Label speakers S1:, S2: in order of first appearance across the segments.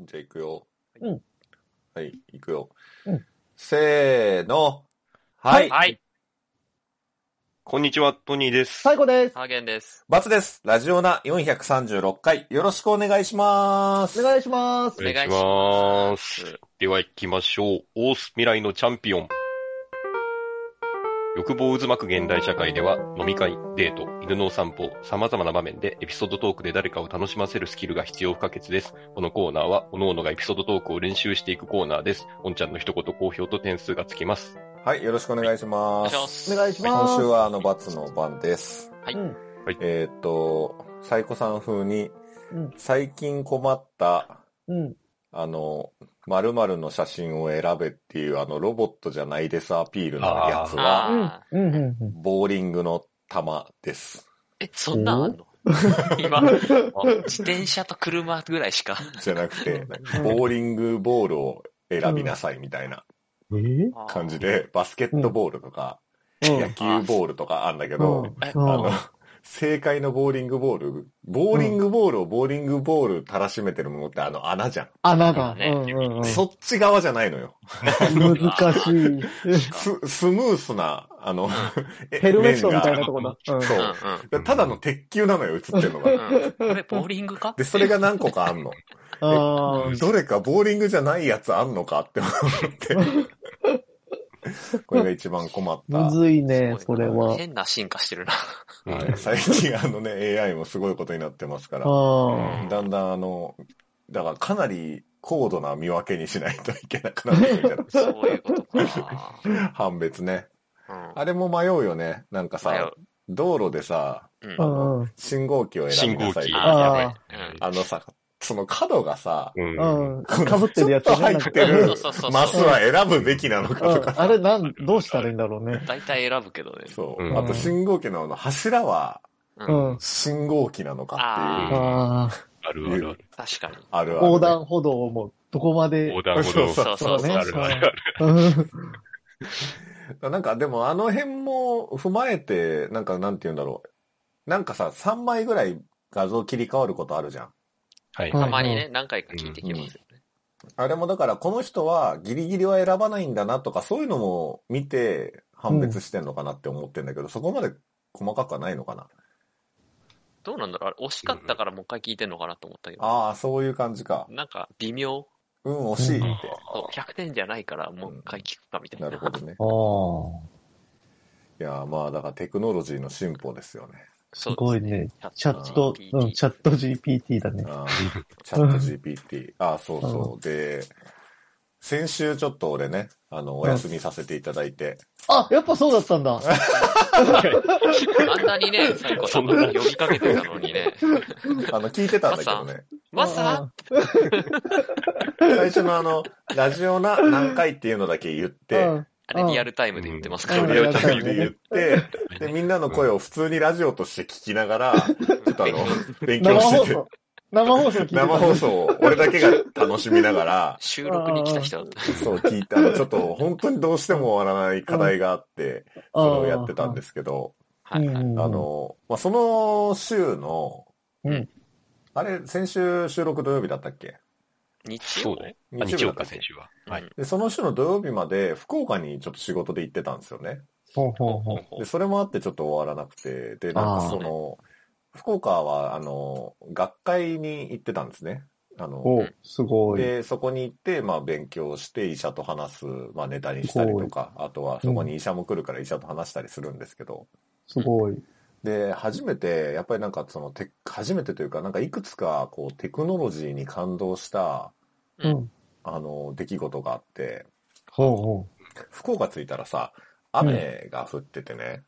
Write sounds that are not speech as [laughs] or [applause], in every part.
S1: じゃあ行くよ。
S2: うん。
S1: はい、行くよ。
S2: うん
S1: せーの。はい。
S3: はい。
S4: こんにちは、トニーです。
S2: 最高です。
S3: ハーゲンです。
S1: バツです。ラジオナ436回。よろしくお願いします。
S2: お願いします
S3: お。願いします
S4: お願いします。では行きましょう。オース未来のチャンピオン。欲望を渦巻く現代社会では、飲み会、デート、犬のお散歩、様々な場面でエピソードトークで誰かを楽しませるスキルが必要不可欠です。このコーナーは、各々がエピソードトークを練習していくコーナーです。おんちゃんの一言好評と点数がつきます。
S1: はい、よろしくお願いし
S3: お
S1: ま
S3: 願い
S1: す
S3: し。ます。
S2: お願いしま
S1: 今
S2: す。
S1: 週はあの、バツの番です。
S3: はい
S2: うん
S1: えーっと、サイコさん風に、
S2: うん
S1: 最近困った、
S2: うん。
S1: あの、〇〇の写真を選べっていう、あの、ロボットじゃないですアピールのやつ
S3: あ
S1: は、
S2: うん。うん。うん。
S1: ボーリングの玉です。
S3: え、そんなんあんの
S1: [laughs]
S3: 今、自転車と車ぐらいしか。
S1: じゃなくて、ボーリングボールを選びなさいみたいな
S2: えぇ
S1: 感じで、バスケットボールとか、野球ボールとかあんだけ
S2: うん。
S1: ど、
S3: え
S1: あの、正解のボーリングボール、ボーリングボールをボーリングボールたらしめてるものってあの穴じゃん。
S2: 穴が。
S3: ね
S2: うんうんうん
S1: そっち側じゃないのよ。
S2: 難しい。
S1: ス、スムースな、あの、え
S2: [laughs] ヘルメットみたい
S1: 面
S2: な
S1: が
S2: とこだ。
S1: [laughs] そうう。
S3: ん
S1: ただの鉄球なのよ、映ってるのが。
S3: うん。うん。これ、ボーリングか
S1: で、それが何個かあんの。
S2: うん。あー
S1: どれかボーリングじゃないやつあんのかって思
S2: [laughs]
S1: って。これが一番困った。
S2: むずいね、
S3: す
S2: そ
S3: ごい
S2: れ
S3: な
S2: は。
S3: 変な進化してるな。
S1: はい [laughs] 最近あのね、AI もすごいことになってますから、
S2: あ
S1: だんだんあの、だからかなり高度な見分けにしないといけなくなってくるみ
S2: [laughs]
S1: た
S3: そういうことか。う
S1: いな。判別ね。
S3: ん。
S1: あれも迷うよね。なんか
S3: 迷
S1: さ、道路でさ、
S3: う。
S2: あ。うんん
S3: う。
S2: うん。
S1: 信号機を選びなさい
S4: 信
S1: と
S3: あ
S4: 号
S1: か。
S3: や
S2: あ
S3: ばい
S2: ー。
S3: うん
S1: あのさ、その角がさ、
S4: うん。
S2: うん。かぶってるやつ
S1: ちょっと入ってる
S3: そうそうそうそう
S1: マスは選ぶべきなのかとか
S2: うんあれ、なん、どうしたらいいんだろうね。
S3: 大体選ぶけどね。
S1: そう。
S4: うん
S1: あと信号機のあの柱は
S3: う。
S2: うんん。
S1: 信号機なのかっていう、
S2: あ
S4: あるあるある。
S3: 確かに。
S1: ある
S2: あ、
S1: ある。
S2: 横断歩道も、どこまで。
S4: 横断歩道。
S1: そう
S3: そうそうそう。
S2: ね
S4: あるあるあ
S2: う
S4: る。
S2: ん
S1: なんかでもあの辺も踏まえて、なんかなんて言うんだろう。なんかさ、3枚ぐらい画像切り替わることあるじゃん。
S4: はい。
S3: たまにね、何回か聞いてきますよね。
S1: あれもだからこの人はギリギリは選ばないんだなとか、そういうのも見て判別してんのかなって思ってんだけど、そこまで細かくはないのかな。
S3: どうなんだろうあれ、惜しかったからもう一回聞いてんのかなと思ったけど。
S1: ああ、そういう感じか。
S3: なんか、微妙。
S1: うん、惜しいって。
S3: そう100点じゃないからもう一回聞くかみたいな。
S1: なるほど
S2: [laughs]
S1: ね。
S2: あー。
S1: いやー、まあだからテクノロジーの進歩ですよね。
S3: す
S2: すごい。ね。チャット、
S3: GPT
S2: うん、チャット GPT だね。
S1: あーチャット GPT。あーそうそう。で、先週ちょっと俺ね、あの、お休みさせていただいて、
S2: あ、やっぱそうだったんだ。
S3: あんなにね、最後さん呼びかけてたの
S2: [laughs]
S3: にね。
S1: あの、聞いてたんだけどね。
S3: マサ
S1: 最初のあの、ラジオな何回っていうのだけ言って、
S2: うん
S3: あれリアルタイムで言ってますか
S2: うん
S3: らね。
S1: リアルタイムで言って、で、みんなの声を普通にラジオとして聞きながら、ちょっとあの、勉
S2: 生
S1: 強
S2: 放
S1: してて、
S2: 送。生放送聞いてた。
S1: 生放送を俺だけが楽しみながら、
S3: [laughs] 収録に来た人だった。
S1: そう聞いたの、ちょっと本当にどうしても終わらない課題があって、それをやってたんですすけど、
S2: う
S3: はい
S2: ん
S3: はい。
S1: あ、の、まあ、その週の、
S2: うん
S1: あれ、先週収録土曜日だったっけ
S3: 日
S4: そ
S3: 曜
S4: うね。あ
S1: 日
S4: 日
S1: 曜日
S4: 曜
S1: だ
S4: か、
S1: ったっけ
S4: 先週は。はい。
S1: で、その週の土曜日まで福岡にちょっと仕事で行ってたんですよね。
S2: ほうほうほう。
S1: で、それもあってちょっと終わらなくて、で、なん
S2: あ
S1: か
S2: ー
S1: その、福岡は、あの、学会に行ってたんですね。あの、
S2: お、すごい。
S1: で、そこに行って、まあ、勉強して、医者と話す、まあ、ネタにしたりとか、あとは、そこに医者も来るから医者と話したりするんですけど、
S2: すごい。
S1: で、初めて、やっぱりなんか、その、テ初めてというか、なんか、いくつか、こう、テクノロジーに感動した、
S3: う
S2: うんん。
S1: あの、出来事があって、
S2: ほうほ
S1: 福岡着いたらさ、雨が降っててね、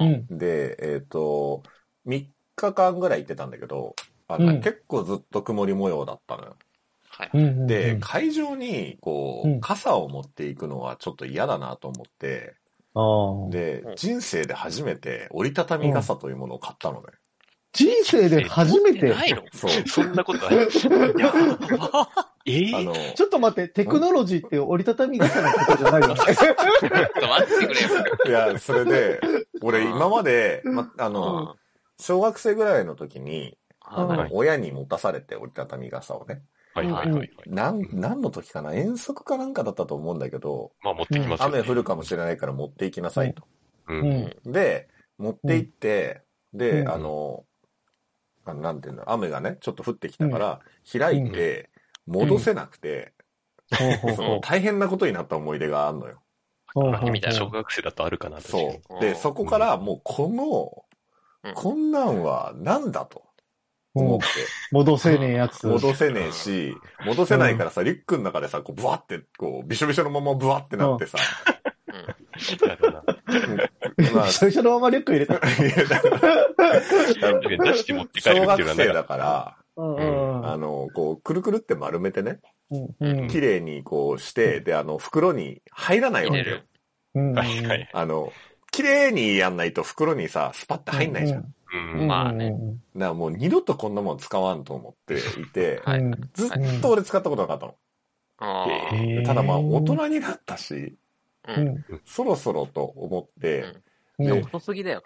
S2: う。うん。
S1: で、えっ、と、3日間ぐらい行ってたんだけど、あの
S2: うん
S1: 結構ずっと曇り模様だったのよ。
S3: はい。
S2: うんうんうん。
S1: で、会場に、こ
S2: うん
S1: う、傘を持っていくのはちょっと嫌だなと思って、
S2: あー
S1: で
S3: うん、
S1: 人生で初めて折りたたみ傘というものを買ったのね。
S2: 人生で初めて。 [laughs]
S3: ないの
S1: そう。
S4: そんなことある
S1: あ
S4: え
S1: の
S4: ー、、
S2: ちょっと待って、テクノロジーって折りたたみ傘のことじゃないの
S3: ちょっと待ってくれよ。
S1: いや、それで、俺今まで、ま、あの、
S3: う
S1: 小学生ぐらいの時に、
S3: ん
S1: あの
S4: はい
S1: 親に持たされて折りたたみ傘をね。
S4: はいはいはいはい。
S1: なん、何の時かな遠足かなんかだったと思うんだけど、
S4: まあ持ってきますよ、ね。
S1: 雨降るかもしれないから持って行きなさいと。
S4: う。
S2: うんん。
S1: で、持って行って、で、
S2: うん
S1: あの、あのなんていうんだ、雨がね、ちょっと降ってきたから、開いて、戻せなくて、
S2: ほうほう
S1: そ
S2: ほ
S1: の大変なことになった思い出があるのよ。
S2: う。
S4: あ君たち
S2: ほ
S4: 小学生だとあるかな、確かに
S1: そう。で、そこからもうこ
S3: う
S1: の、
S3: ん
S1: こんなんはなんだと
S2: うほう
S1: 思
S2: も
S1: って、
S2: う戻せねえやつ。
S1: 戻せねえし、戻せないからさ、リュックの中でさ、こう、ブワって、こう、びしょびしょのままブワってなってさ、
S4: やるな。
S1: まあ
S2: 最初のままリュック入れた。
S1: いやだから
S4: 確かに出して持って帰る
S1: 小
S4: ってい
S1: 学
S4: うのは
S1: 生
S4: なんか
S1: だから、
S2: うん
S1: あの、こう、くるくるって丸めてね、
S2: うんうん
S1: 綺麗にこうして、で、あの、袋に入らないわけ
S3: 入れ
S1: よ
S3: る。
S2: うん。
S4: はいはい。
S1: あの、綺麗にやんないと袋にさ、スパッて入んないじゃん。だか
S4: うん。
S2: うん。
S4: まあ、
S3: まあね
S2: うん。
S1: らもう二度とこんなもん使わんと思っていて、
S3: はい
S2: うん
S1: ずっと俺使ったことなかったの。
S3: あー
S2: へー
S1: ただまあ、大人になったし、
S3: う。
S2: うんん
S1: そろそろと思って、
S2: うん
S3: でも細すぎだよ。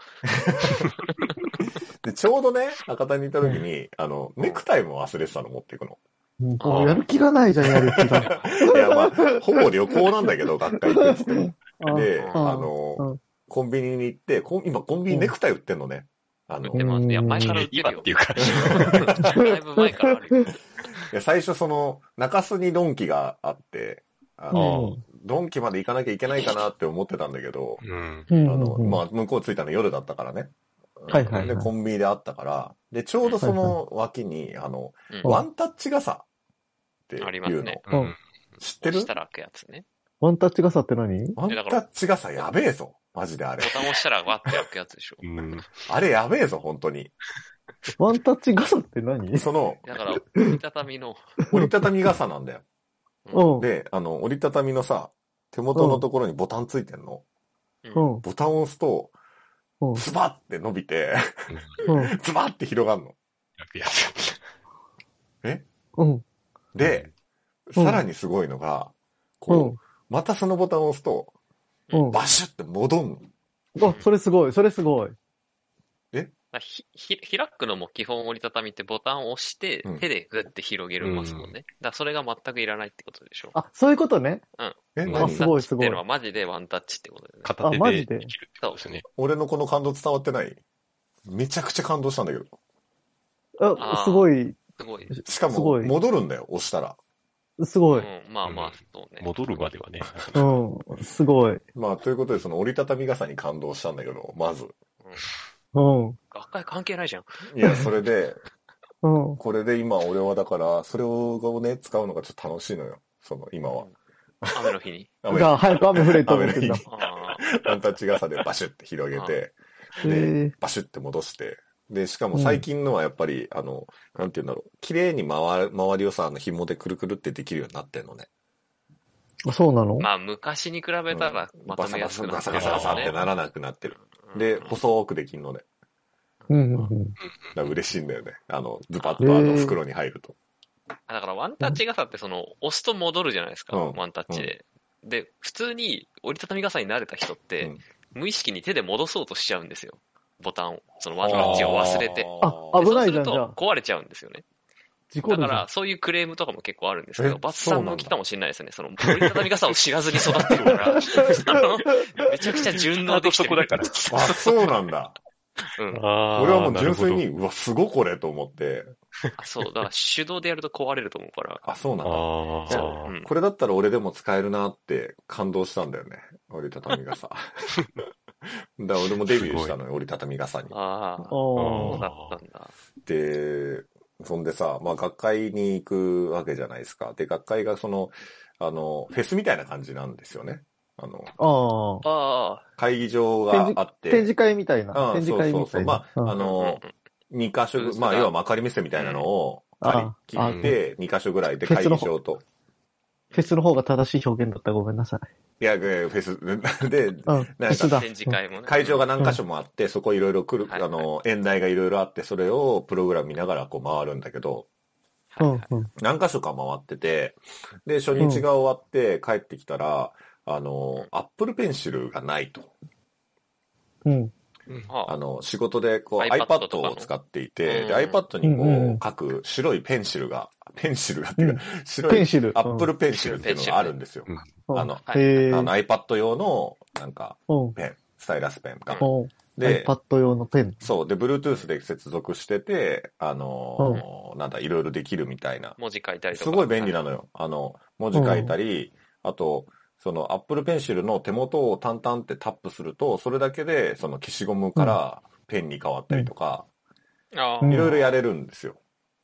S1: で、ちょうどね、博多にいた時に、あの、ネクタイも忘れてたの持っていくの。
S2: うんこうやる気がないじゃん、やる気が。
S1: いや、まあ、ほぼ旅行なんだけど、学会行ってっつっても。で、
S3: うん
S1: あ
S2: う
S1: の
S2: ん、
S1: コンビニに行って、こん今コンビニネクタイ売ってんのね。あの
S3: 売っ、てます。いや、前から売ってる
S4: 今
S3: よ。
S4: っていうか、
S3: だいぶ前からあるよ。
S1: いや最初その、中洲にドンキがあって、あの、ドンキまで行かなきゃいけないかなって思ってたんだけど、
S4: うん。
S2: う
S1: あ
S2: ん。
S1: の、
S2: うん
S1: まあ、向こう着いたの夜だったからね。
S2: はいはいはい
S1: で、コンビニであったから、で、ちょうどその脇に、あの、
S3: うん
S1: ワンタッチ傘ってい
S3: あります
S1: うの
S3: ね。
S4: うん。
S1: 知って
S3: 押
S1: る
S3: したら開くやつね。
S2: ワンタッチ傘って何
S1: ワンタッチ傘やべえぞ。マジであれ
S3: ボ。タン押したらわって開くやつでしょ。
S4: うん。
S1: あれやべえぞ、本当に。
S2: ワンタッチ傘って何
S1: その、
S3: だから、折りたたみの、
S1: 折りたたみ傘なんだよ。
S2: うん。
S1: で、あの、折りたたみのさ、手元のところにボタンついてんの。
S2: うん。
S1: ボタンを押すと、
S2: うん。
S1: ズバッて伸びて、 [laughs]
S2: うん。
S1: ズバッて広がるの。
S4: 焼くやつ。
S2: うん。
S1: で、
S2: うん
S1: さらにすごいのが、
S2: う
S1: こ
S2: ん
S1: う、またそのボタンを押すと、
S2: うん。
S1: バシュって戻んの。
S2: あ、それすごい、それすごい。
S3: ひ、ひ、開くのも基本折りたたみってボタンを押して
S1: うん、
S3: 手でグッて広げるますもんね。だからそれが全くいらないってことでしょ。
S2: あ、そういうことね。
S1: え、
S4: うん
S1: 何
S2: あすごいすごい
S3: ワンタッチっていうのはマジでワンタッチってことだよね。
S4: 片手
S2: あマジ
S4: で
S2: で
S4: できるってことですね。
S1: 俺のこの感動伝わってないめちゃくちゃ感動したんだけど。
S3: あ
S2: あ
S3: ー、
S2: すごい、
S3: すごい。
S1: しか
S2: す
S1: も、
S2: ごい
S1: 戻るんだよ、押したら。
S2: すごい。
S3: うん、まあまあ、そうね。
S4: 戻るまではね。
S2: うん、すごい。
S1: まあ、ということで、その折りたたみ傘に感動したんだけど、まず。
S2: うん、
S3: 学会関係ないじゃん。
S1: い
S2: [laughs]
S1: や、それで、
S2: うん。
S1: これで今俺はだから、それをね、使うのがちょっと楽しいのよ。その、今は。
S3: 雨の日に。
S1: あの
S2: じゃあ、早く雨降れと思ってんだ。
S3: あ
S1: ワンタッチ傘でバシュって広げて、
S2: えー、
S1: バシュって戻して。で、しかも最近のはやっぱり、あの、なんて言うんだろう。綺麗に回る、周りをさ、あの、紐でくるくるってできるようになってんのね。
S2: あそうなの
S3: あ。まあ、昔に比べたら
S1: うん
S3: ま
S1: バサ
S3: とめ
S1: バ
S3: や
S1: サ
S3: すくな
S1: ガ
S3: って
S1: サ
S3: る
S1: ガサガサって
S3: ね。
S1: ならなくなってる。で、細くできんのね。
S2: うん、うんうん。
S1: だから嬉しいんだよね。あの、ズパッとあの、袋に入ると。
S3: あだからワンタッチ傘ってその、押すと戻るじゃないですか、
S1: うん
S3: ワンタッチで。で、普通に折りたたみ傘に慣れた人って、
S1: うん
S3: 無意識に手で戻そうとしちゃうんですよ。ボタンを。そのワンタッチを忘れて。で
S1: あ
S2: あ危ないじゃんじ
S3: そうす
S2: ゃ
S3: る
S2: あ
S3: と壊れちゃうんですよね。
S2: 事故
S3: だ
S2: るじ
S3: か
S2: ゃん
S1: [laughs]
S3: ら、そういうクレームとかも結構あるんですけど、
S1: え
S3: バツさ
S1: そうんなんだ
S3: の来かもしれないですね。その、折りたたみ傘を知らずに育ってるから、あのめちゃくちゃ順応できてる。
S4: あとそこだから
S1: あ、そうなんだ。
S3: うん。
S4: あ
S1: 俺はもう純粋に、。うわ、すごいこれと思って。
S3: あそう、だから手動でやると壊れると思うから。
S1: あ、そうなんだ。
S4: ああ。
S3: そう。うん。
S1: これだったら俺でも使えるなって感動したんだよね。折りたたみ
S3: [laughs]
S1: 傘。だから俺もデビューしたのよ、折りたたみ傘に。
S3: ああ、
S2: あ
S3: そう
S2: ー
S3: だったんだ。
S1: で、そんでさ、まあ学会に行くわけじゃないですか。で、学会がその、あの、フェスみたいな感じなんですよね。あの、
S2: あー。
S3: あ
S1: 会議場があって。
S2: 展示会みたいな。
S1: うん
S2: 展示
S1: そう
S2: 会みたいな。
S1: そうそうまあ、あ
S2: うん
S3: あ。うんうん
S1: の、2カ所ぐ、まあ、要はまかり店みたいなのを、
S2: うん
S1: 借り切って、2カ所ぐらいで
S2: フェ
S1: 会
S2: ス
S1: 議
S2: の
S1: 場と。
S2: フェスの方が正しい表現だったらごめんなさ
S1: い
S2: い。
S1: や、えーフェス、で、
S2: うん、フ
S1: なん
S2: ェス
S1: か、
S2: だ。
S3: 展示会もね。
S1: 会場が何箇所もあって、そこいろいろ来る、
S3: はい
S1: あの、演題がいろいろあって、それをプログラム見ながらこう回るんだけど、
S2: う
S3: はいは
S2: ん
S3: い、
S2: うん。
S1: 何箇所か回ってて、で、初日が終わって帰ってきたら、あの、アップルペンシルがないと。
S2: うん。
S3: あ
S1: あの、仕事でこう
S3: iPad とか
S1: iPad
S3: の
S1: を使っていて、で、
S3: うん
S1: iPad に
S2: うんうん
S1: こ
S2: うん
S1: う書く白いペンシルが、ペンシルがっていうか、白
S2: ペン
S1: い
S2: シル。
S1: アップルペンシルっていうのがあるんですよ。
S2: うん
S1: あの、
S3: は
S2: うん
S3: い。
S2: へ
S1: あ
S2: え
S1: の。iPad 用の、なんか、
S2: うん。
S1: ペン、スタイラスペンか。
S2: うん
S1: で、
S2: iPad 用のペン。
S1: そう、で、Bluetooth で接続してて、あのーなんだ、いろいろできるみたいな。
S3: 文字書いたりとか。
S1: すごい便利なのよ。あの、文字書いたり、あと、その Apple Pencil の手元をタンタンってタップすると、それだけで、その消しゴムからペンに変わったりとか、
S3: あ
S2: うん
S3: ー
S1: いろいろやれるんですよ。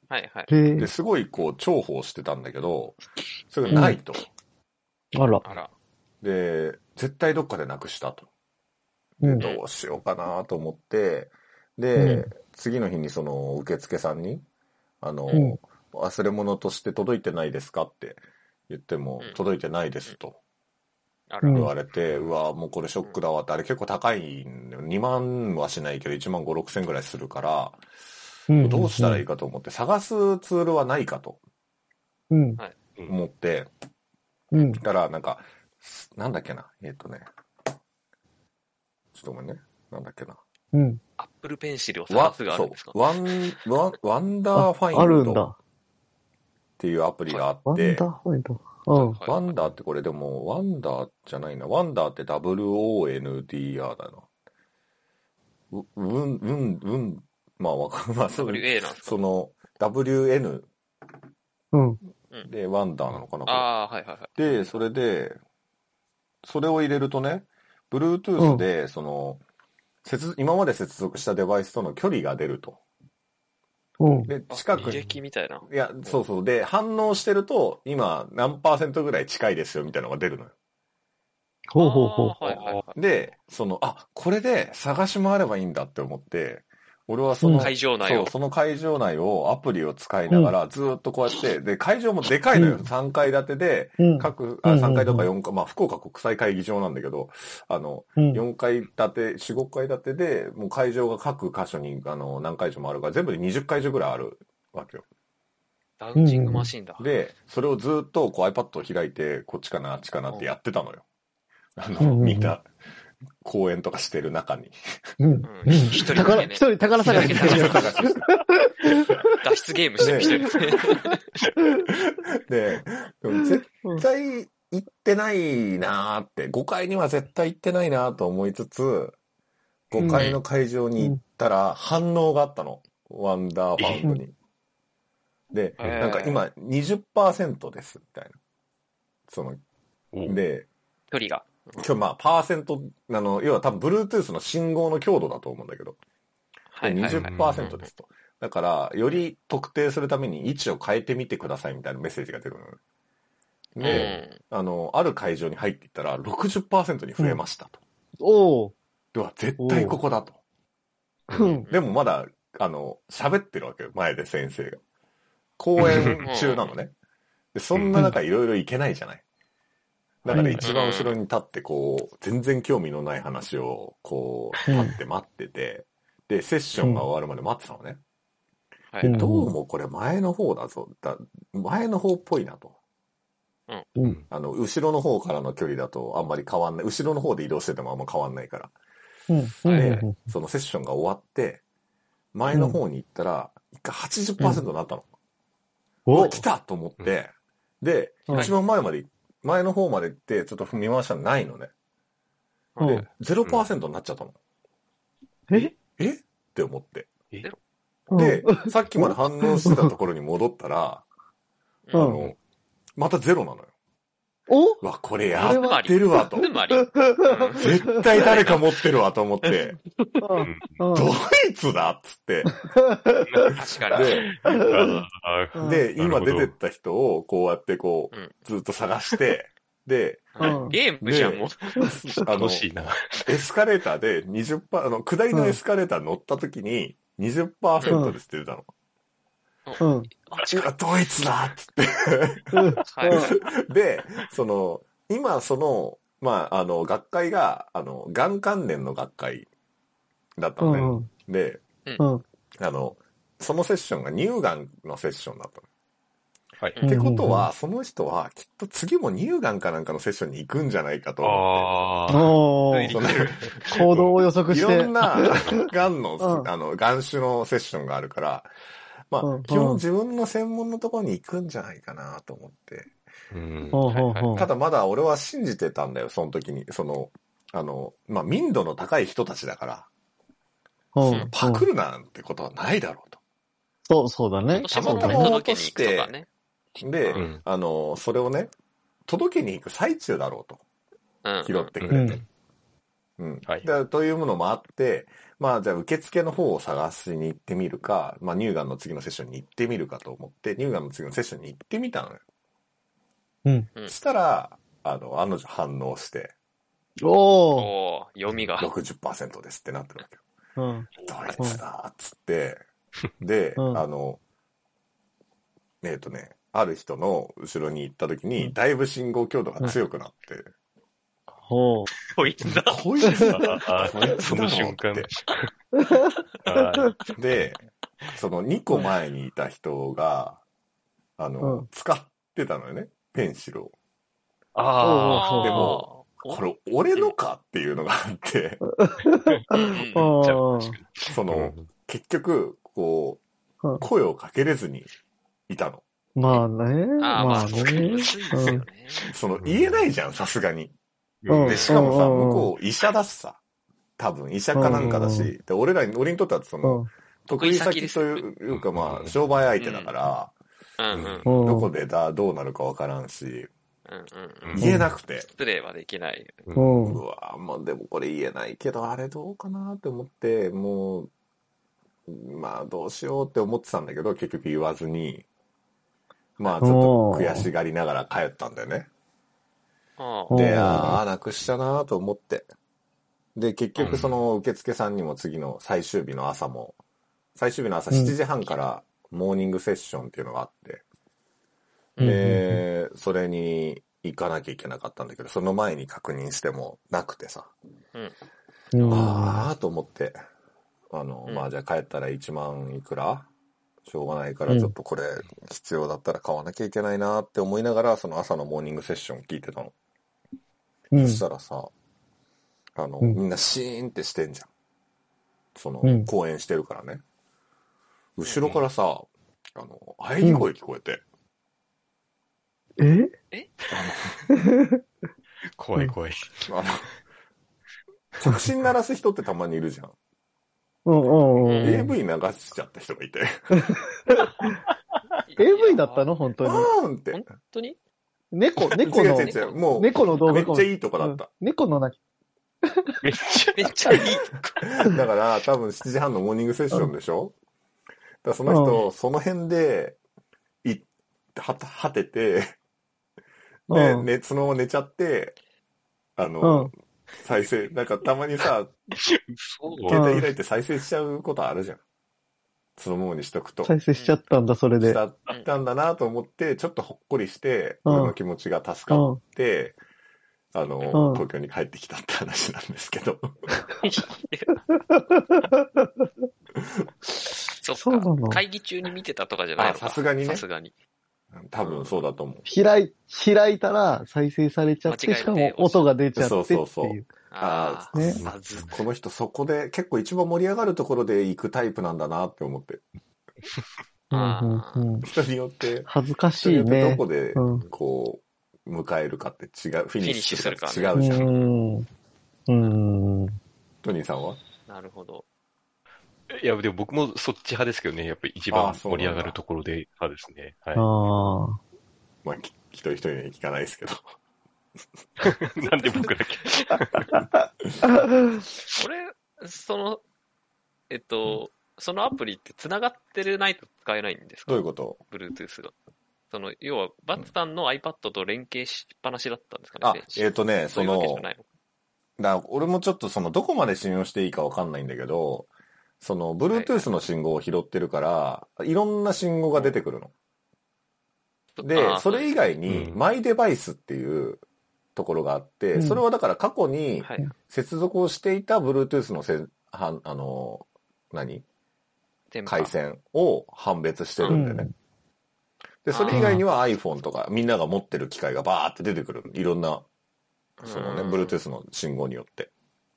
S3: はいはい。
S2: へえ
S1: で、。すごいこう、重宝してたんだけど、それがないと。
S2: あら。
S3: あら。
S1: で、絶対どっかでなくしたと。
S2: うん。
S1: どうしようかなと思って、で、
S2: うん
S1: 次の日にその受付さんに、あの、
S2: うん
S1: 忘れ物として届いてないですかって言っても、
S3: うん
S1: 届いてないですと
S3: あ
S2: う
S3: ら
S2: ん
S1: 言。われて、うわ、もうこれショックだわって、あれ結構高いんだよ。2万はしないけど、1万5、6千ぐらいするから、
S2: うん
S1: どうしたらいいかと思って、探すツールはないかと
S2: うん。
S1: 思って、
S2: うん。
S1: だからなんか、すなんだっけな、えっ、とね、ちょっとごめんね、なんだっけな。
S2: うん。
S3: アップルペンシルを探
S1: わ
S3: すがあるんですか
S1: そうワン、ワン、ワンダーファ
S2: あ
S1: イ
S2: る
S1: ン
S2: ん
S1: ドっ
S2: だ。
S1: ていうアプリがあ
S2: ワ
S1: っ
S2: ンダ
S1: て、
S2: ーファインド。うん。
S1: ワンダーってこれでも、ワンダーじゃないな。ワンダーって WONDR だな。う、うん、うん、うん、まあわかんまあ、その
S3: WA なんですか
S1: その、WN
S2: うん。
S1: でワンダーなのかなこれ
S3: ああ、はいはいはい。
S1: で、それで、それを入れるとね、Bluetooth で、その、接今まで接続したデバイスとの距離が出ると。
S2: うん。
S1: で、
S3: あ
S1: 近く
S3: 履
S1: に、
S3: 歴みたいな。
S1: いや、そうそう。で、反応してると、今、何パーセントぐらい近いですよ、みたいなのが出るのよ。
S2: ほうほうほう
S3: あ。ーはいはいはい。
S1: で、その、あ、これで探し回ればいいんだって思って、俺はその、
S2: うん
S3: 会場内
S1: そ
S3: を
S1: う、。その会場内をアプリを使いながら、ずーっとこうやって、で、会場もでかいのよ。
S2: うん
S1: 3階建てで、
S2: うん。
S1: 各、
S2: うん
S1: あ
S2: うんうん
S1: 3階とか4階、まあ、福岡国際会議場なんだけど、あの、
S2: うん。
S1: 4階建て、4、5階建てで、もう会場が各箇所に、あの、何会場もあるから、全部で20会場ぐらいあるわけよ。
S3: ダウンジングマシンだ。
S1: で、それをずっとこう iPad を開いて、こっちかな、あっちかなってやってたのよ。あ
S2: うん
S1: の、
S2: うんうん
S1: みんな、公演とかしてる中に。
S2: うん
S3: うん一人だ
S2: 宝
S3: け
S2: 一人
S3: ね。
S2: 宝探しみたいな。
S3: 脱出ゲームしてる一 [laughs] 人で
S1: で、でも絶対行ってないなーって、5階には絶対行ってないなーと思いつつ、5階の会場に行ったら反応があったの。ワンダーファウンドに。で、
S3: えー
S1: なんか今20%です、みたいな。その、で、
S3: 距離が。
S1: 今日まあ、パーセント、あの、要は多分 Bluetooth の信号の強度だと思うんだけど、
S3: はいはいはい。
S1: 20%ですと。だから、より特定するために位置を変えてみてくださいみたいなメッセージが出るのね。で、あの、ある会場に入っていったら60%に増えましたと。
S2: おう。
S1: では、絶対ここだと。
S2: うん。
S1: でもまだ、あの、喋ってるわけよ、前で先生が。講演中なのね。で、そんな中いろいろいけないじゃない。だから一番後ろに立ってこう、全然興味のない話を、こ
S3: [laughs]
S1: う、
S2: うん
S1: 立って待ってて、で、セッションが終わるまで待ってたのね。
S3: は
S2: う
S3: い
S2: ん。
S1: どうもこれ前の方だぞ。だ前の方っぽいなと。
S4: うん。
S1: あの、後ろの方からの距離だとあんまり変わんない。後ろの方で移動しててもあんま変わんないから。
S2: うん。うん。
S1: そのセッションが終わって、前の方に行ったら、一回80%になったの。
S2: お
S1: お来たと思って、で、
S2: はい
S1: 一番前まで、前の方まで行って、ちょっと見回したらないのね。
S2: うん
S1: で、0%になっちゃったの。
S2: え
S1: えって思って。
S2: うん
S1: で、さっきまで反応してたところに戻ったら、
S2: うん
S1: あの、またゼロなのよ。
S2: お
S1: うわ、これやってるわと。
S3: つまり、うん
S1: 絶対誰か持ってるわと思って、
S2: うん
S1: ドイツだっつって。
S3: 確かに。 [laughs]
S1: で、
S2: うん
S1: で、
S4: なる
S1: 今
S4: ほど
S1: 出てった人をこうやってこう
S3: うん、
S1: ずっと探して、で、
S2: うん
S3: ゲームじゃん、もう。
S1: あの
S4: 楽、しいな。
S1: エスカレーターで20%、あの、下りのエスカレーター乗った時に20%ですって出たの。
S2: うん。
S3: あ
S1: うわドイツだっつっ
S3: はい。
S1: て。で、その、今その、まあ、あの、学会が、あの、がん関連の学会だった
S2: う
S1: の
S2: ん。
S1: ね。
S2: うん。
S1: で、
S2: うん。
S1: あの、そのセッションが乳がんのセッションだったの。
S4: はい。
S3: うん
S1: ってことは、その人はきっと次も乳がんかなんかのセッションに行くんじゃないかと思
S4: あ
S2: うん、
S4: あ。
S2: お
S1: って。
S2: ー
S1: その
S2: 行動を予測
S1: い
S2: し
S1: ろ
S2: て
S1: ん。
S2: [laughs]
S1: な、がんの、
S2: うん
S1: あの、がん種のセッションがあるから、まあ、
S2: うん
S1: 基本自分の専門のところに行くんじゃないかなと思って。
S4: うん
S2: ほうほう
S4: はいはい
S2: ほう
S1: ただまだ俺は信じてたんだよ、その時に。その、あの、まあ、民度の高い人たちだから、
S2: うん
S1: パクるなんてことはないだろうと。
S2: そう、そうだね。
S3: 仕
S1: そう
S3: 事
S1: だ
S3: に
S1: ね
S3: 届けに行くとかね。
S1: で、
S4: うん
S1: あの、それをね、届けに行く最中だろうと、
S3: うん。
S1: 拾ってく
S4: う
S1: れ
S4: ん
S1: て。うん。
S4: はい
S1: だというものもあって、まあじゃあ受付の方を探しに行ってみるか、まあ乳がんの次のセッションに行ってみるかと思って、乳がんの次のセッションに行ってみたのよ。
S2: うん
S3: うん
S1: したら、あの、案の定反応して、
S2: おお。
S3: おー読みが。
S1: 60%ですってなってるわけよ。
S2: うん。
S1: どいつだーっつっ
S2: [laughs]
S1: て、で、
S2: うん
S1: あの、えっ、とね、ある人の後ろに行った時に、だいぶ信号強度が強くなって、
S2: ほ
S4: こい
S1: [laughs]
S4: つだ。
S1: こいつだ
S4: あーその瞬間。あ
S1: で、その2個前にいた人が、あの、
S2: うん
S1: 使ってたのよね、ペンシルを。
S4: あ
S3: あー
S1: でも、これ俺のかっていうのがあって、
S3: うん
S2: う。
S4: ー。じゃあ
S2: お
S4: 確か
S1: そ
S4: に
S1: の、結局、こ
S2: う
S1: う、
S2: ん
S1: 声をかけれずにいたの。
S2: まあね。
S3: ああ、ま
S2: ま
S3: あ、
S2: あ
S3: それ
S2: ね。
S3: むずいですよね。
S1: その、言えないじゃん、さすがに。
S2: うん
S1: で、しかもさ、
S2: うんうんうん
S1: 向こう医者だしさ。多分、医者かなんかだ
S2: うんうん
S1: し、で、俺らに、俺にとってはそうの、
S2: ん。
S1: 得意
S3: 得意先
S1: 先
S3: です
S1: というか、ま
S4: うん
S1: あ、商売相手だから、
S3: うんうん。
S2: うん
S1: どこでだ、どうなるかわからんし、
S3: うんうんうん。
S1: 言えなくて、
S3: スプレーはできない。
S2: うん
S1: うわもうでもこれ言えないけど、あれどうかなって思って、もう、まあ、どうしようって思ってたんだけど、結局言わずに、まあ、ちょっと悔しがりながら帰ったんだよね。
S3: あ
S2: おー
S3: あ
S1: で、ああ、なくしたなーと思って。で、結局その受付さんにも次の最終日の朝も、最終日の朝
S2: うん
S1: 7時半からモーニングセッションっていうのがあって、
S2: うん
S1: で、それに行かなきゃいけなかったんだけど、その前に確認してもなくてさ、
S2: うん
S1: ああと思って、あの、
S3: うん
S1: まあじゃあ帰ったら1万いくらしょうがないからちょっとこれ必要だったら買わなきゃいけないなーって思いながら、その朝のモーニングセッション聞いてたの。
S2: うん
S1: そしたらさ、あの、
S2: うん
S1: みんなシーンってしてんじゃん。その、
S2: うん
S1: 公演してるからね。後ろからさ、あの、喘ぎ声聞こえて、
S2: え
S4: 怖い怖い。
S1: あの、着信鳴らす人ってたまにいるじゃん。
S2: うんうんうん。
S1: AV 流しちゃった人がいて、
S2: AV だったの本
S1: あ
S2: 当に。
S1: ーんって。
S3: 本当に
S2: 猫、猫
S1: 違う
S2: の
S1: 違う、違う。もう、
S2: 猫の動画
S1: めっちゃいいとこだった。
S2: うん猫の鳴き。
S4: めっち
S3: めっちゃいい。
S1: だから、多分7時半のモーニングセッションでしょだからその人、その辺で、い、はた、果てて、で、
S2: うん
S1: ね、そのまま寝ちゃって、あの、
S2: うん。
S1: 再生、なんかたまにさ、
S4: そう
S1: 携帯開いて再生しちゃうことあるじゃん。そのままにしとくと。
S2: 再生しちゃったんだ、それで。
S1: したったんだなと思って、ちょっとほっこりして、
S2: うん
S1: 俺の気持ちが助
S2: う
S1: かっ
S2: ん。
S1: て、あの、
S2: うん
S1: 東京に帰ってきたって話なんですけど。
S3: そっ
S2: そうな
S3: か。
S2: の
S3: 会議中に見てたとかじゃないのか
S1: あさすがにね
S3: さすがに。
S1: 多分そうだと思う。
S2: 開い、開いたら再生されちゃっ
S3: 間
S2: て、
S3: 違えて
S2: しかも音が出ちゃってってい
S1: そう
S2: う。
S1: そうそう
S3: ああ、
S2: ね
S3: さず。
S1: この人そこで結構一番盛り上がるところで行くタイプなんだなって思って。
S2: うん
S3: あ
S2: うんうん。
S1: 人によって、
S2: 恥ずかし
S1: 人によ
S2: い
S1: ってど
S2: ね。
S1: こで
S2: うん、
S1: こう、迎えるかって違う、フィニッシュするかって違
S2: う
S1: うじゃん。
S2: ん。うん。
S1: トニーさんは
S3: なるほど。
S4: いや、でも僕もそっち派ですけどね。やっぱり一
S1: あー
S4: 番
S1: そうな
S4: 盛
S1: んだ
S4: り上がるところで派ですね。はい。
S2: ああ。
S1: まあ、き一人一人に聞かないですけど。
S4: [laughs] なんで僕だけ。
S3: これ、その、えっと、そのアプリって繋がってるないと使えないんですか
S1: どういうこと
S3: ?Bluetooth が。その、要は、バツさんの iPad と連携しっぱなしだったんですか
S1: あ
S3: ね、
S1: えっ、とね、
S3: そ
S1: そう
S3: いうわけじ
S1: の
S3: ゃ、ないの
S1: だ俺もちょっとその、どこまで信用していいかわかんないんだけど、その、Bluetooth の信号を拾ってるから、いろんな信号が出てくるの。で、それ以外に、
S4: うん
S1: マイデバイスっていうところがあって、
S2: うん
S1: それはだから過去に
S3: はい。
S1: 接続をしていた Bluetooth のせ、はあの、何
S3: 電波
S1: 回線を判別してるんでね。で、それ以外には iPhone とか、みんなが持ってる機械がバーって出てくる。いろんな、そのね、
S3: うん
S1: Bluetooth の信号によって。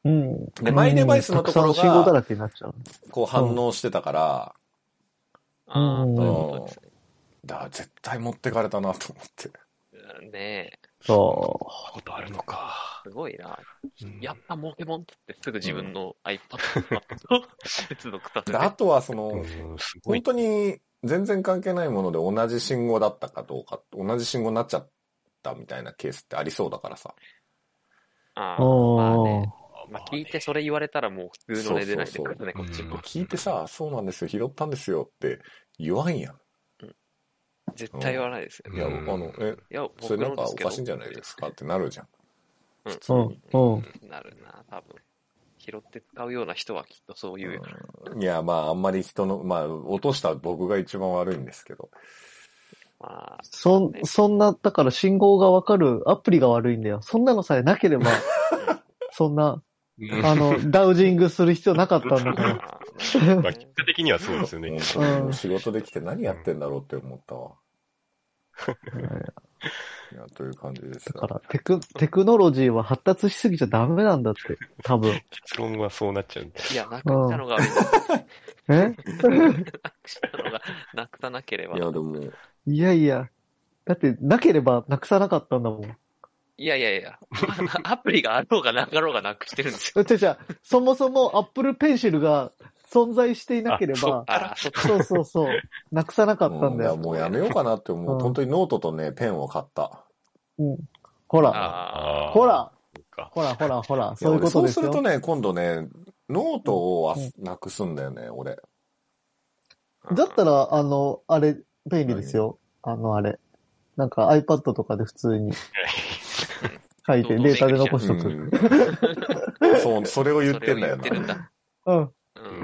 S2: うん。
S1: でマイデバイスのところが
S2: たくさん信号だらけになっちゃう。
S1: こう反応してたから、
S3: ああ、そううんいうことです
S1: だ絶対持ってかれたなと思って。
S3: ね。ねえ、
S2: そ
S4: そんなことあるのか。
S3: すごいな。
S4: うん
S3: やった、モケモンって言ってすぐ自分の iPad と接続さ
S1: で
S3: せて。
S1: あとはそ
S4: うん
S1: の、
S4: すご
S1: 本
S4: い。
S1: 当に全然関係ないもので同じ信号だったかどうか、同じ信号になっちゃったみたいなケースってありそうだからさ。
S2: う。
S3: ああまあ
S2: おー
S3: ね。まあ、聞いてそれ言われたらもう普通の寝でないでくるね、
S4: そ
S3: こ
S4: う
S3: っ
S4: そう
S3: ち
S4: そう
S3: も。
S1: 聞いてさ、そうなんですよ、拾ったんですよって言わんやん。
S3: 絶対言わないですよ。
S1: いや、
S4: うん
S1: あの、え、
S3: いや、
S1: そ
S3: 僕
S1: れな
S3: の
S1: んか
S3: です
S1: お
S3: けど。
S1: かしいんじゃないですかってなるじゃん。
S2: うん。うん。
S3: なるな、多分。拾って使うような人はきっとそういう。
S1: うんいや、まあ、あんまり人の、まあ、落とした僕が一番悪いんですけど。
S3: まあ、
S2: そん、そんな、だから信号がわかるアプリが悪いんだよ。そんなのさえなけれ
S1: [laughs]
S2: ば、そんな、
S4: うん
S2: あの、ダウジングする必要なかったんだ
S1: [laughs]
S3: ま
S2: か
S3: あ
S2: ら。
S4: [laughs] まあ、結果的にはそうですよね。
S1: うん仕事できて何やってんだろうって思ったわ。いや、という感じでし
S2: だか
S1: た。
S2: ら、テク、テクノロジーは発達しすぎちゃダメなんだって、多分。
S4: 結論はそうなっちゃうんだ。
S3: いや、なくしたのが、
S2: え [laughs]
S3: なくしたのが、なくさなければ
S1: い。や、でも、
S2: いやいや。だって、なければなくさなかったんだもん。
S3: いやいやいや、アプリがあろうがなかろうがなくしてるんですよ。
S2: うちゃちゃ、そもそも Apple Pencil が存在していなけれ
S4: あそ
S2: ば、
S3: ああ、そっか。
S2: そうそうそう、なくさなかったんだ
S1: うい
S2: よ
S1: や。もうやめようかなって思う。
S2: うん
S1: 本当にノートとね、ペンを買った。
S2: うん。ほら、
S3: あ
S4: あー
S2: ほら、
S4: そっか
S2: ほら、ほら、ほら、そうい
S1: や
S2: う
S1: 俺
S2: こと
S1: そう
S2: です
S1: すると
S2: よ。
S1: ね、今度ね、ノートをあ
S2: うん
S1: なくすんだよね、俺。
S3: あ。
S2: だったら、あの、あれ、便利ですよ。あの、あれ。なんか iPad とかで普通に書いて、
S3: どう
S2: デ
S3: ぞ
S2: ータで残し
S1: う
S2: とく。
S1: ん、そう、それを言ってんだよな
S3: それを言って。るんだ。
S2: うん。
S3: うん。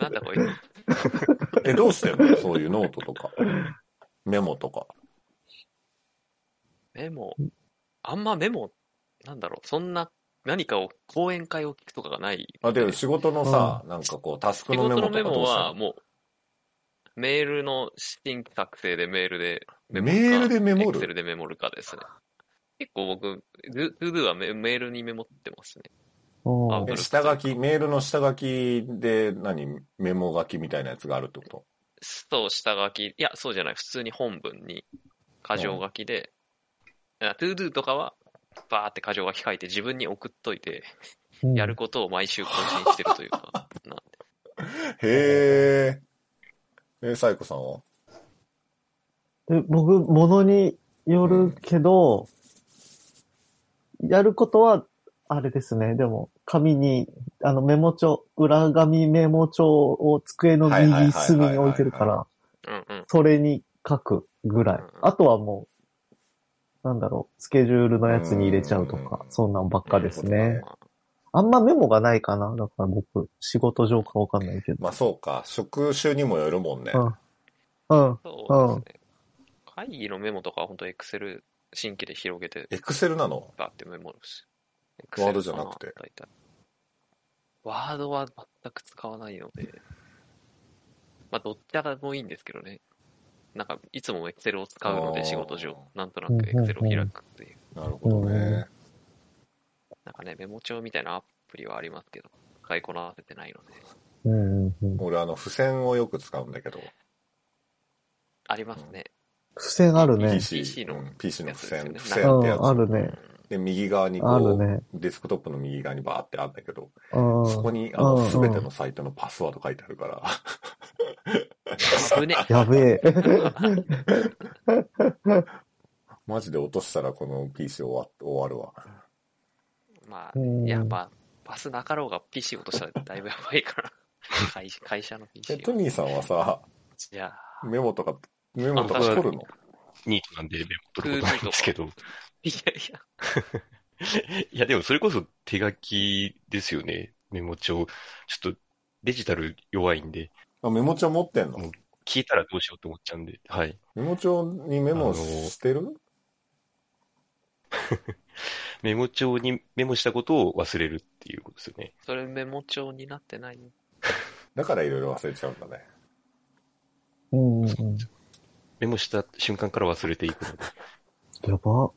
S3: なんだこいつ。
S1: え、どうしてんの [laughs] そういうノートとか。メモとか。
S3: メモ。あんまメモ、なんだろう、そんな、何かを、講演会を聞くとかがない。
S1: あ、で、仕事のさ、なんかこう、タスク
S3: 仕
S1: のメ
S3: 事
S1: モと
S3: の
S1: かど
S3: メ
S1: う
S3: モ
S1: した
S3: は
S1: の
S3: もう、メールの新規作成でメールでモるか
S1: メールでメモる
S3: Excel でメモるかですね。結構僕、グーグーはメメールにメモってますね。
S2: うん
S3: あ
S1: え下書き、メールの下書きで何、メモ書きみたいなやつがあるってこと
S3: そう、下書き、いや、そうじゃない、普通に本文に箇条書きで、あトゥードゥとかは、バーって箇条書き書いて自分に送っといて、
S2: うん
S3: やることを毎週更新してるとい
S1: [laughs]
S3: うか、なんで
S1: へえ。え、サイコさんは
S2: え僕、ものによるけど、やることは、あれですね。でも、紙に、あの、メモ帳、裏紙メモ帳を机の右隅に置いてる
S1: は
S2: か
S1: いはいはいはい
S2: ら、
S3: うんうん。
S2: それに書くぐらい
S3: うんうん。
S2: あとはもう、なんだろう、スケジュールのやつに入れちゃうとか
S1: う、ん
S2: そんなんばっかですね。
S3: まあ
S2: あんまメモがないかな。だから僕、仕事上かわかんないけど。
S1: まあそうか、職種にもよるもんね。
S2: うんうん。
S3: そうですね。会議のメモとかは本当エクセル新規で広げて、
S1: エクセルなの
S3: バーってメモるし。
S1: ワードじゃなくて
S3: Excel か大体ワードは全く使わないので、まあ、どっちからでもいいんですけどね。なんか、いつもエクセルを使うの
S1: あ
S3: で、
S1: ー
S3: 仕事上。なんとなくエクセルを開くっていう。
S1: なるほどね。
S3: なんかね、メモ帳みたいなアプリはありますけど、使いこなせてないので。
S2: うんうんうん。
S1: 俺あの、付箋をよく使うんだけど。
S3: ありますね。
S2: 付箋あるね。
S1: PC,
S3: PC の
S1: うん PC の付箋、
S3: やつで
S1: 付
S3: す
S1: 箋っ
S3: よね
S1: てやつ。
S2: うんあるね
S1: で、右側にこ
S2: ある
S1: う、
S2: ね。
S1: デスクトップの右側にバーってあるんだけど、
S2: うん。
S1: そこに、あ
S2: うん
S1: の、
S2: うん
S1: すべてのサイトのパスワード書いてあるから、 [laughs]
S3: 危 [laughs] ね。
S2: やべえ。
S1: マジで落としたらこの PC 終わ終わるわ。
S3: まあ、
S2: うん
S3: いや、まあ、パスなかろうが PC 落としたらだいぶやばいから。会社会社の
S1: え、
S3: PC
S1: トニーさんはさ、
S3: いや、
S1: メモとか、メモとか
S3: あ
S1: 取るの
S4: ニートなんでメモ取ることないんですけど。
S3: いやいや、
S4: いや、でもそれこそ手書きですよね。メモ帳。ちょっとデジタル弱いんで、
S1: あメモ帳持ってんの
S4: うん聞いたらどうしようと思っちゃうんで。はい。
S1: メモ帳にメモしてる
S4: メモ帳にメモしたことを忘れるっていうことですよね。
S3: それメモ帳になってないよ。
S1: だからいろいろ忘れちゃうんだね。
S2: うんうんうん
S4: メモした瞬間から忘れていくので。
S2: やば。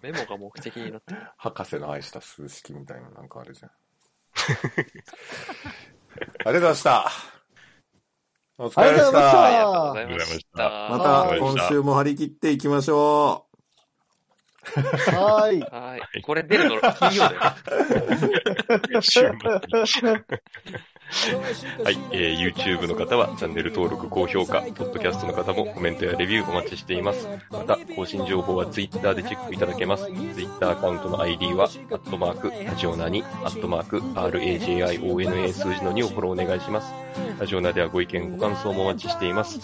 S3: メモが目的になってる。
S1: 博士の愛した数式みたいななんかあるじゃん。ありがとうございました。お疲れでし
S2: あ
S1: た
S2: り。
S3: あ
S2: が
S3: りが
S2: と
S3: と
S2: う
S3: う
S2: ご
S3: ご
S1: また今
S2: ざあ
S3: ざいましたた。
S4: いまし
S1: 週も張り切っていきましょ
S2: はーい。
S3: はい。これ出るの金曜だ
S2: [laughs]
S3: よ。
S4: 週末はい、えー YouTube の方はチャンネル登録、高評価、ポッドキャストの方もコメントやレビューお待ちしています。また、更新情報は Twitter でチェックいただけます。Twitter アカウントの ID は、アットマーク、ラジオナに、アットマーク、RAJIONA 数字の2をフォローお願いします。ラジオナではご意見、ご感想もお待ちしています。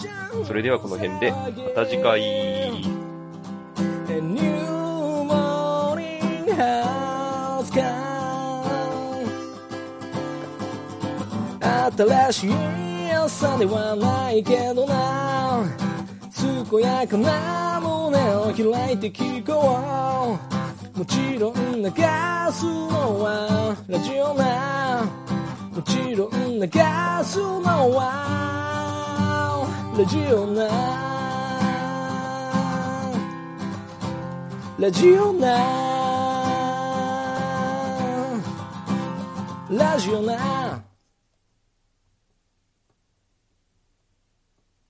S4: それではこの辺で、また次回。
S5: And new morning has come 新しい朝ではないけどな健やかな胸を開いて聞こうもちろん流すのはラジオなもちろん流すのはラジオなラジオなラジオな